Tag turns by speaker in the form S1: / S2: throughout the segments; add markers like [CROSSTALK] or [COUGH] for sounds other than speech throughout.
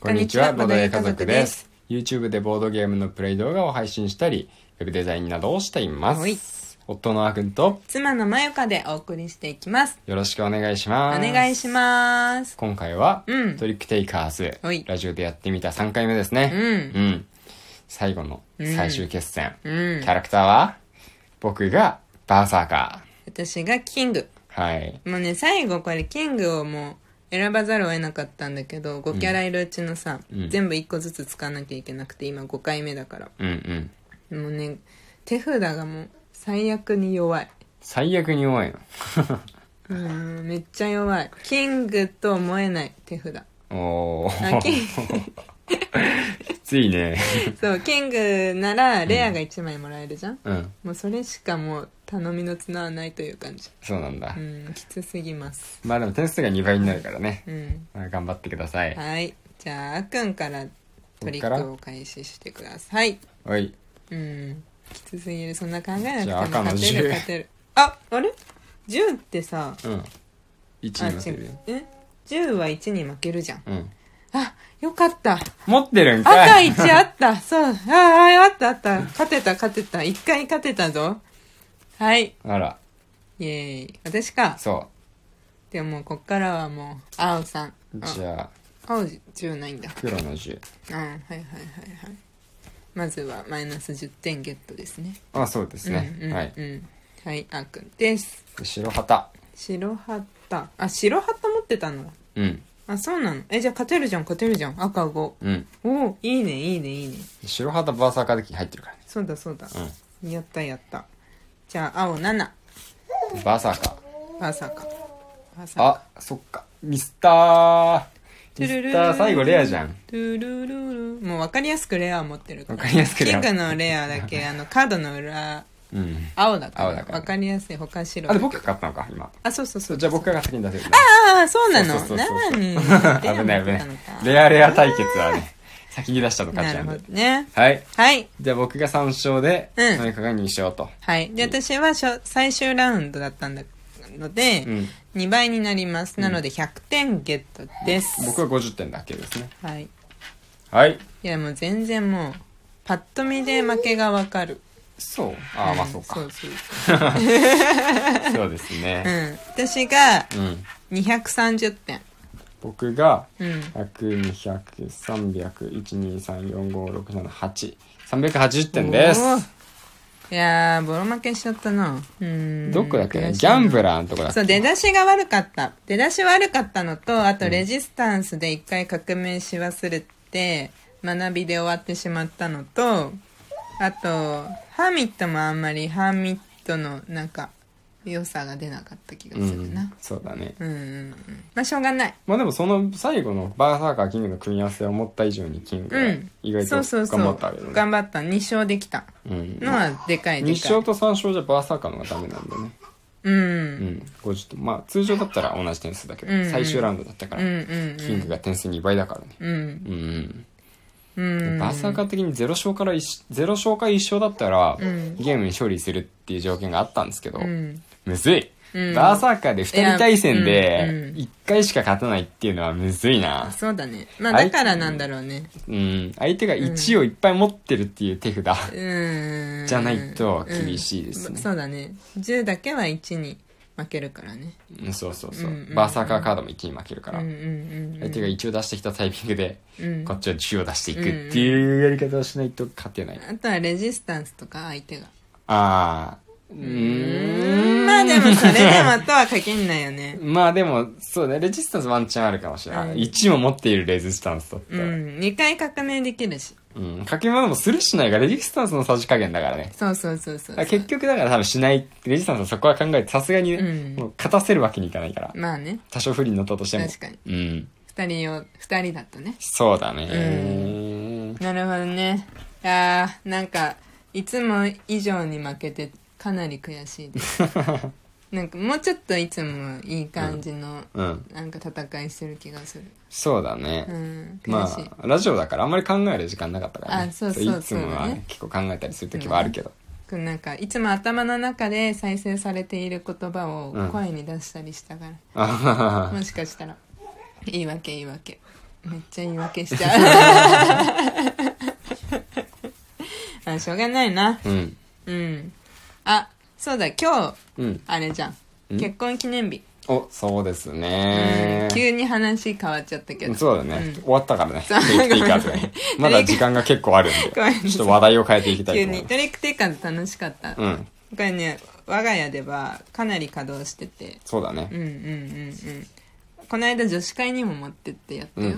S1: こんにちは、ボ
S2: こん
S1: ード
S2: にちは
S1: ゲー家族で
S2: ボ
S1: す。YouTube でボードゲームのプレイ動画を配信したり、ウェブデザインなどをしていま
S2: はい
S1: す。夫のあくんと
S2: 妻のまゆかでお送りしていきます。
S1: よろしくお願いし
S2: お
S1: ます。
S2: 願いします。
S1: 今回は、
S2: うん
S1: トリックテイカーズ、
S2: はい
S1: ラジオでやってみた3回目ですね。。
S2: うん
S1: 最後の最終決戦。
S2: うん
S1: キャラクターは、僕がバーサーカ
S2: 私がキング。
S1: ー。はい。
S2: もうね、最後これキングをもう選ばざるを得なかったんだけど、5キャラいるうちのさ、
S1: うん
S2: 全部1個ずつ使わなきゃいけなくて、今5回目だから。
S1: うんうん。
S2: でもね、手札がもう最悪に弱い。
S1: 最悪に弱いの。
S2: うーん、めっちゃ弱い。キングと思えない手札。
S1: お
S2: あ
S1: [LAUGHS] ー。
S2: キング
S1: きついね。
S2: そう、キングならレアが1枚もらえるじゃん、
S1: うん。
S2: もうそれしかもう頼みの綱はないという感じ。
S1: そうなんだ。
S2: うん、きつすぎます。
S1: まあでも点数が2倍になるからね。
S2: うん。
S1: まあ頑張ってください。
S2: はい。じゃあ、あっくんからトリ
S1: 僕から
S2: ックを開始してください。
S1: はい。
S2: うん。きつすぎる。そんな考えなくて
S1: じ
S2: も
S1: ゃあ赤の
S2: 勝て
S1: 10
S2: る、勝てる。あ、あれ ?10 ってさ、
S1: うん。
S2: あ、
S1: 1位
S2: 違
S1: のせるよ
S2: う。。え ?10 は1に負けるじゃん。
S1: うん。
S2: あ、よかった。
S1: 持ってるん
S2: 赤
S1: かい
S2: 1あった。そう。あーあー、あったあった。勝てた、勝てた。1回勝てたぞ。はい。
S1: あら、
S2: イエーイ。私か。
S1: そ
S2: でももうこっからはもう、青さん。
S1: う。
S2: あ
S1: じゃあ、
S2: 青10ないんだ。
S1: 黒の10。
S2: うんはいはいはいはいまずはマイナス10点ゲットですね
S1: あ、そうですね。
S2: うんうん、
S1: はい。
S2: うんはいあーくんです
S1: で白旗。
S2: 白旗あ白旗持ってたの
S1: うん。
S2: あそうなのえじゃあ勝てるじゃん勝てるじゃん赤5お
S1: うん。
S2: おいいねいいねいいね
S1: 白旗バーサーカーデッキに入ってるからね。
S2: そうだそうだ、
S1: う
S2: やったやったじゃあ青7
S1: ん。バーサーカー。
S2: まさかまさか
S1: あ、そっか。ミスター。
S2: ト
S1: ミ
S2: ゥルル
S1: ス
S2: ン
S1: ター、最後レアじゃん。
S2: トゥルルルもう分かりやすくレア持ってるから
S1: わかりやすくレア
S2: キングのレアだけあのカードの裏
S1: うん。
S2: 青だから
S1: 青だから
S2: 分かりやすい他白
S1: あ、で、僕が勝ったのか、今。
S2: あそうそうそう
S1: じゃあ僕が先に出せるね。
S2: ああ、そうなの。
S1: そうそうそうそう
S2: なに。
S1: 危ない危ない
S2: 出会うのか。
S1: レアレア対決はね、先に出したの勝
S2: な
S1: ちなん
S2: るほ
S1: で
S2: ど。ね。
S1: はい。
S2: はい。
S1: じゃあ僕が3勝で、
S2: うん
S1: 何かが2勝と。
S2: はい。で、私は初最終ラウンドだったんだので、
S1: うん。
S2: 2倍になります。なので100点ゲットです。
S1: 僕は50点だけですね。
S2: はい。
S1: はい。
S2: いや、もう全然もう、パッと見で負けがわかる。
S1: そう。ああ、まあそうか
S2: そ。うそうそう。
S1: そうです
S2: う
S1: ね。
S2: ん。私が
S1: うん。
S2: 230点。
S1: 僕が、
S2: うん。
S1: 100、200、300、1、2、3、4、5、6、7、8。380点です。
S2: おーいやー、ボロ負けしちゃったな。うん。
S1: どこだっけ
S2: 悔しい
S1: ね
S2: な
S1: ギャンブラーのとこだっ
S2: そう、
S1: け
S2: 出だしが悪かった。出だし悪かったのと、あとレジスタンスで一回革命し忘れて、学びで終わってしまったのと、あと、ハーミットもあんまりハーミットのなんか、良さが出なかった気が
S1: う
S2: する
S1: ん
S2: な。。
S1: そうだね。
S2: うん、うん、うん。まあ、しょうがない。
S1: まあでもその最後のバーサーカーキングの組み合わせを思った以上にキングが
S2: うん
S1: 意外と
S2: そうそうそう。
S1: 頑張ったけどね。
S2: 頑張った。2勝できた。
S1: うん。
S2: のはでかい
S1: 2
S2: でか
S1: 勝
S2: い。
S1: と3勝じゃバーサーカーの方がダメなんだよね。
S2: うん。
S1: う
S2: うん
S1: ん、50点まあ通常だったら同じ点数だけど、
S2: うんうん
S1: 最終ラウンドだったから、
S2: うん
S1: キングが点数2倍だからね
S2: うん。
S1: うん、
S2: うん。
S1: バーサーカー的に0勝から1 0勝か1勝だったら、
S2: ん
S1: ゲームに勝利するっていう条件があったんですけど、
S2: うん。
S1: むずい、
S2: うん
S1: バーサーカーで2人対戦
S2: いやうん
S1: で
S2: うん
S1: 1回しか勝たないっていうのはむずいな、
S2: そうだね。まあ、
S1: あい
S2: だからなんだろうね。
S1: うん、相手が1をいっぱい持ってるっていう手札、
S2: うーん
S1: じゃないと厳しいですね
S2: うんそうだね10だけは1に負けるからね
S1: うんそうそうそう,、
S2: うんうんうん
S1: バーサーカーカードも1に負けるか
S2: うん
S1: ら、
S2: うんうんうん
S1: 相手が1を出してきたタイミングで
S2: うん
S1: こっちは10を出していくっていうやり方をしないと勝てない。
S2: あとはレジスタンスとか相手が
S1: ああ。う
S2: う
S1: ー
S2: ん
S1: ん。
S2: まあでもそれでもとは限んないよね
S1: まあでも、そうね、レジスタンスワンチャンあるかもしれな
S2: うん
S1: い。1も持っているレジスタンスだった
S2: う
S1: ら。 [LAUGHS]
S2: ん2回革命できるし
S1: うん。かけ物もするしないがレジスタンスのさじ加減だからね。
S2: そうそうそうそう
S1: だから結局だから多分しない、レジスタンスはそこは考えて、さすがにね、
S2: うん
S1: もう勝たせるわけにいかないから。
S2: まあね
S1: 多少不利になったとしても。
S2: 確かに
S1: うん。
S2: 2人を2人だとね
S1: そうだね。
S2: なるほどねいやーなんかいつも以上に負けてかなり悔しいです
S1: [LAUGHS]
S2: なんかもうちょっといつもいい感じの、
S1: うん。
S2: なんか戦いしてる気がする。
S1: そうだね。
S2: うん、
S1: ま
S2: 悔しい。
S1: あラジオだからあんまり考える時間なかったからね
S2: あそうそう
S1: つもは
S2: そうだね
S1: 結構考えたりする時はあるけど、
S2: こうなんかいつも頭の中で再生されている言葉
S1: う
S2: を
S1: ん
S2: 声に出したりしたから、
S1: あははは
S2: もしかしたら言い訳言い訳。めっちゃ言い
S1: [LAUGHS]
S2: 訳しちゃうあしょうがないな
S1: うん
S2: うんあそうだ今日
S1: うん
S2: あれじゃん
S1: ん
S2: 結婚記念日、
S1: おそうです
S2: うん
S1: ね、
S2: 急に話変わっちゃったけど
S1: そうだね、
S2: ん
S1: 終わったからね
S2: そう
S1: テイクテイカーズがねまだ時間が結構あるんで
S2: ごめんなさい
S1: ちょっと話題を変えていきたい
S2: 急
S1: と思い
S2: に
S1: ま
S2: トリックテイカーズ楽しかった、
S1: すうん
S2: これね我が家ではかなり稼働してて
S1: そうだ
S2: うん
S1: ね
S2: うんうんうんこの間女子会にも持ってってやった
S1: う
S2: よ、
S1: ん、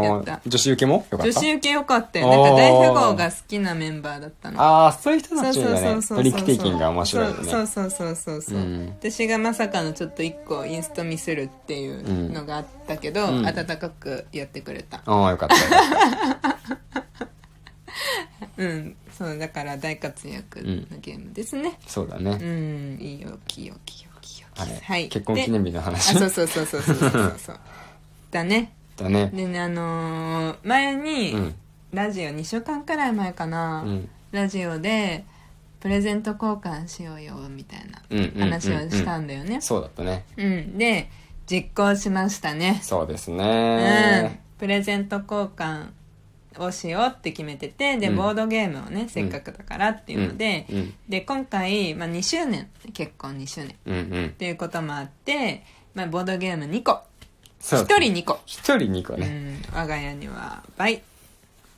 S1: お
S2: やっ
S1: ー
S2: た
S1: 女子受けもよかった
S2: 女子受けよかったよなんか大富豪が好きなメンバーだったの
S1: ああそういう人
S2: そ
S1: た
S2: う
S1: ち
S2: そう
S1: が
S2: そ
S1: ね
S2: うそう
S1: トリックテイキングが面白いよね
S2: そうそうそうそうそう、
S1: うん
S2: 私がまさかのちょっと一個インスト見せるっていうのがあったけど、
S1: うん
S2: 温かくやってくれた
S1: ああよかったよ
S2: うんそうだから大活躍のゲームですね
S1: そうだね、
S2: うん、いいよきよきよきよき
S1: あれ、
S2: はい
S1: 結婚記念日の
S2: あ
S1: 話
S2: そうそうそうそうそうそうそうだね
S1: だね
S2: でねあのー前に、
S1: うん
S2: ラジオ2週間くらい前かな、
S1: うん
S2: ラジオでプレゼント交換しようよみたいな
S1: うんうんうん
S2: 話をしたんだよね
S1: そうだったね
S2: うんで実行しましたね、
S1: そうです
S2: うん
S1: ね、
S2: プレゼント交換をしようって決めててで、
S1: うん
S2: ボードゲームをねせっかくだからっていうので、
S1: うん
S2: で今回、まあ、2周年結婚2周年っ
S1: うんうん
S2: ていうこともあって、まあ、ボードゲーム2個
S1: そう
S2: 1
S1: だ
S2: 人2個
S1: 一人2個
S2: う
S1: ね、
S2: ん、我が家には倍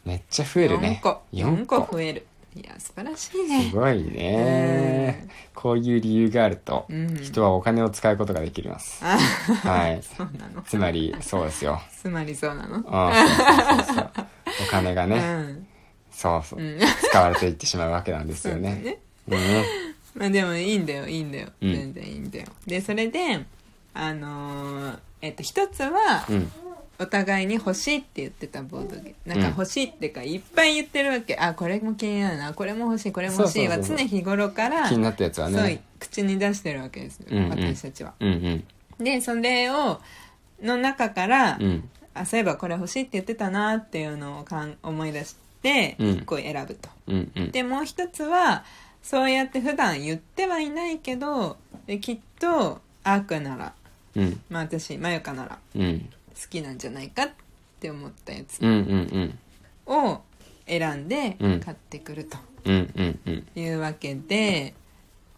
S1: めっちゃ増えるね
S2: 4個
S1: 四
S2: 4個増えるいや素晴らしい
S1: す
S2: ね
S1: ごいね、こういう理由があると、
S2: うん
S1: 人はお金を使うことができます、
S2: あ
S1: はい
S2: そうなの
S1: つまりそうですよ
S2: つまりそうなの
S1: あそうそうそうそうお金が
S2: う
S1: ね、
S2: ん
S1: そうそう、
S2: うん
S1: 使われていってしまうわけなんですよね [LAUGHS]
S2: ね
S1: うん
S2: まあでもいいんだよいいんだよ
S1: うん
S2: 全然いいんだよ、でそれであのーえっと一つは、
S1: うん
S2: お互いに欲しいって言ってたボードゲームなんか
S1: うん
S2: 欲しいっていうかいっぱい言ってるわけ、あこれも気になるなこれも欲しいこれも欲しい
S1: そう
S2: は
S1: そうそうそ
S2: 常
S1: う
S2: 日頃から
S1: 気になったやつは
S2: そう
S1: ね
S2: 口に出してるわけですよ、
S1: うんうん
S2: 私たちは
S1: うんうん
S2: でそれをの中から、
S1: うん
S2: あそういえばこれ欲しいって言ってたなっていうのをかん思い出して
S1: うん
S2: 1個選ぶと、
S1: うんうん
S2: でもう一つはそうやって普段言ってはいないけどえきっとアークなら、
S1: うん
S2: まあ、私マヨカなら
S1: うん
S2: 好きなんじゃないかって思ったやつ
S1: うんうん
S2: を選んで
S1: うん
S2: 買ってくると
S1: うんうんうんうん
S2: いうわけで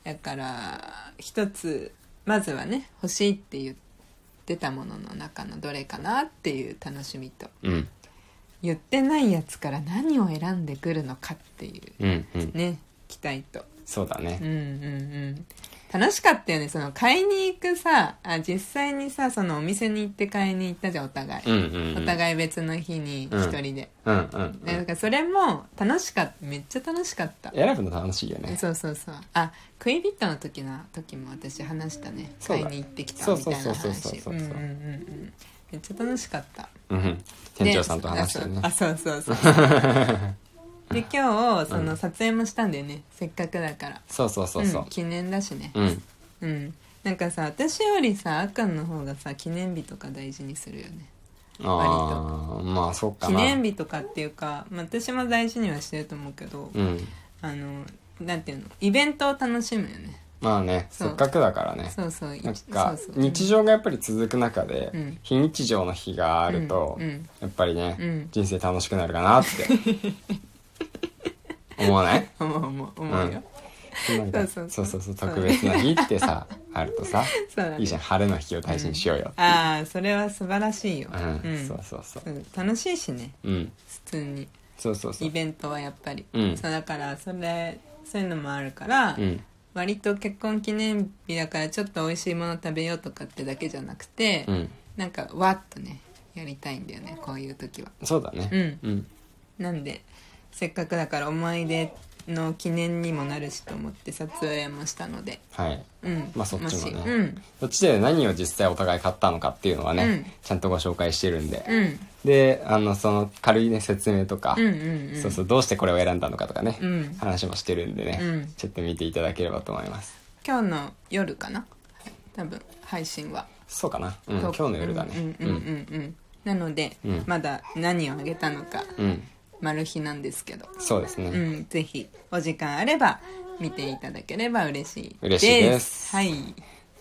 S2: だから一つまずはね欲しいって言ってたものの中のどれかなっていう楽しみと
S1: うん
S2: 言ってないやつから何を選んでくるのかってい
S1: うんうん
S2: うね期待と
S1: そうだ
S2: う
S1: ね
S2: んうんうん楽しかったよねその買いに行くさあ実際にさそのお店に行って買いに行ったじゃんお互い、
S1: うんうんうん
S2: お互い別の日に
S1: うん
S2: 一人で、
S1: うんうんう
S2: ねだ
S1: ん
S2: からそれも楽しかっためっちゃ楽しかった
S1: 選ぶの楽しいよね
S2: そうそうそうあクイビットの時の時も私話したね
S1: そう
S2: 買
S1: だ
S2: いに行ってきたみたいな
S1: そうそうそうそうそう
S2: 話
S1: うんそううん
S2: うんうんめっちゃ楽しかった
S1: うんうん店長さんと話してる
S2: あ
S1: ね
S2: そうそうそ
S1: [LAUGHS]
S2: うそうで今日その撮影もしたんだよね、せっかくだから
S1: そうそうそうそ
S2: ん記念だしね
S1: ううん
S2: うん、なんかさ私よりさあかんの方がさ記念日とか大事にするよね
S1: ああまあそうか
S2: 記
S1: な
S2: 念日とかっていうか、まあ、私も大事にはしてると思うけど、
S1: うん
S2: あのなんていうのイベントを楽しむよね
S1: まあねせ
S2: そう
S1: っかくだからね
S2: そうそうい
S1: なんか
S2: そうそう
S1: 日常がやっぱり続く中で、
S2: うん
S1: 非日常の日があると、
S2: うんうん
S1: やっぱりね、
S2: うん
S1: 人生楽しくなるかなって
S2: [LAUGHS]
S1: 思わない
S2: 思う思う思うよ、
S1: なんか
S2: そう
S1: そ
S2: そ
S1: そ
S2: ううそうう
S1: そう特別な日ってさあるとさ
S2: そうだね
S1: いいじゃん晴れの日を大事にしようよ、
S2: ああそれは素晴らしいよ、
S1: うん
S2: うん
S1: そうそうそう
S2: うん楽しいしね
S1: うん
S2: 普通に
S1: そうそうそ
S2: イ
S1: う
S2: ベントはやっぱり、
S1: うん
S2: そうだからそれそういうのもあるから、
S1: うん
S2: 割と結婚記念日だからちょっと美味しいもの食べようとかってだけじゃなくて、
S1: うん
S2: なんかわっとねやりたいんだよねこういう時は
S1: そうだねうん
S2: なんでせっかくだから思い出の記念にもなるしと思って撮影もしたので
S1: はい
S2: うん
S1: まあそっちもね
S2: しうん
S1: そっちで何を実際お互い買ったのかっていうのはね、
S2: うん
S1: ちゃんとご紹介してるんで、
S2: うん
S1: であのその軽いね説明とか、
S2: うんうんうん
S1: そうそうどうしてこれを選んだのかとかね、
S2: うん
S1: 話もしてるんでね、
S2: うん
S1: ちょっと見ていただければと思います
S2: 今日の夜かな多分配信は、
S1: そうかな、うん、今
S2: そう
S1: 日の夜だね
S2: うんうんうんうん、うんなので、
S1: うん
S2: まだ何をあげたのか
S1: うんうん
S2: マル秘なんですけど
S1: そうですね、
S2: うん、ぜひお時間あれば見ていただければ嬉しい
S1: 嬉しいです
S2: はい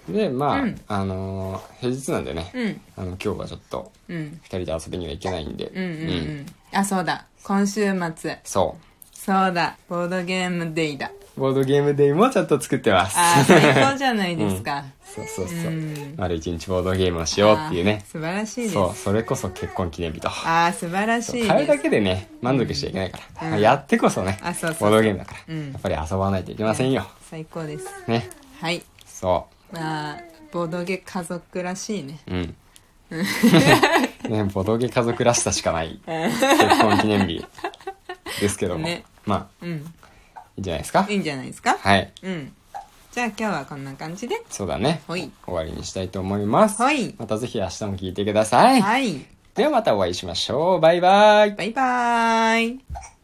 S1: でまあ、
S2: うん
S1: あのー平日なんでね、
S2: うん
S1: あの今日はちょっと
S2: うん
S1: 2人で遊びには行けないんで、
S2: うんうんうんあそうだ今週末
S1: そ
S2: そうだボードゲームデイだ
S1: うボードゲームデイもちょっと作ってます
S2: あー最高じゃないですか、
S1: そうそうそう、
S2: うん
S1: 丸一日ボードゲームをしようっていうね
S2: あー素晴らしいです
S1: そうそれこそ結婚記念日と
S2: ああ素晴らしい
S1: 買う
S2: で
S1: だ
S2: す
S1: けでね満足しちゃいけないから、
S2: うん
S1: まあやってこそね
S2: あそうそうそう
S1: ボードゲームだから、
S2: うん
S1: やっぱり遊ばないといけませんよ、
S2: 最高です
S1: ね
S2: はい
S1: そ
S2: まあボードゲ家族らしいね
S1: ううん
S2: [LAUGHS]
S1: ねボードゲ家族らしさしかない結婚記念日ですけども、
S2: ね
S1: まあ
S2: うん
S1: いいんじゃないですか
S2: いいんじゃないですか
S1: はい
S2: うんじゃあ今日はこんな感じで
S1: そうだね
S2: ほい
S1: 終わりにしたいと思います、
S2: はい
S1: またぜひ明日も聞いてください、
S2: はい
S1: ではまたお会いしましょうバイバイ
S2: バイバーイ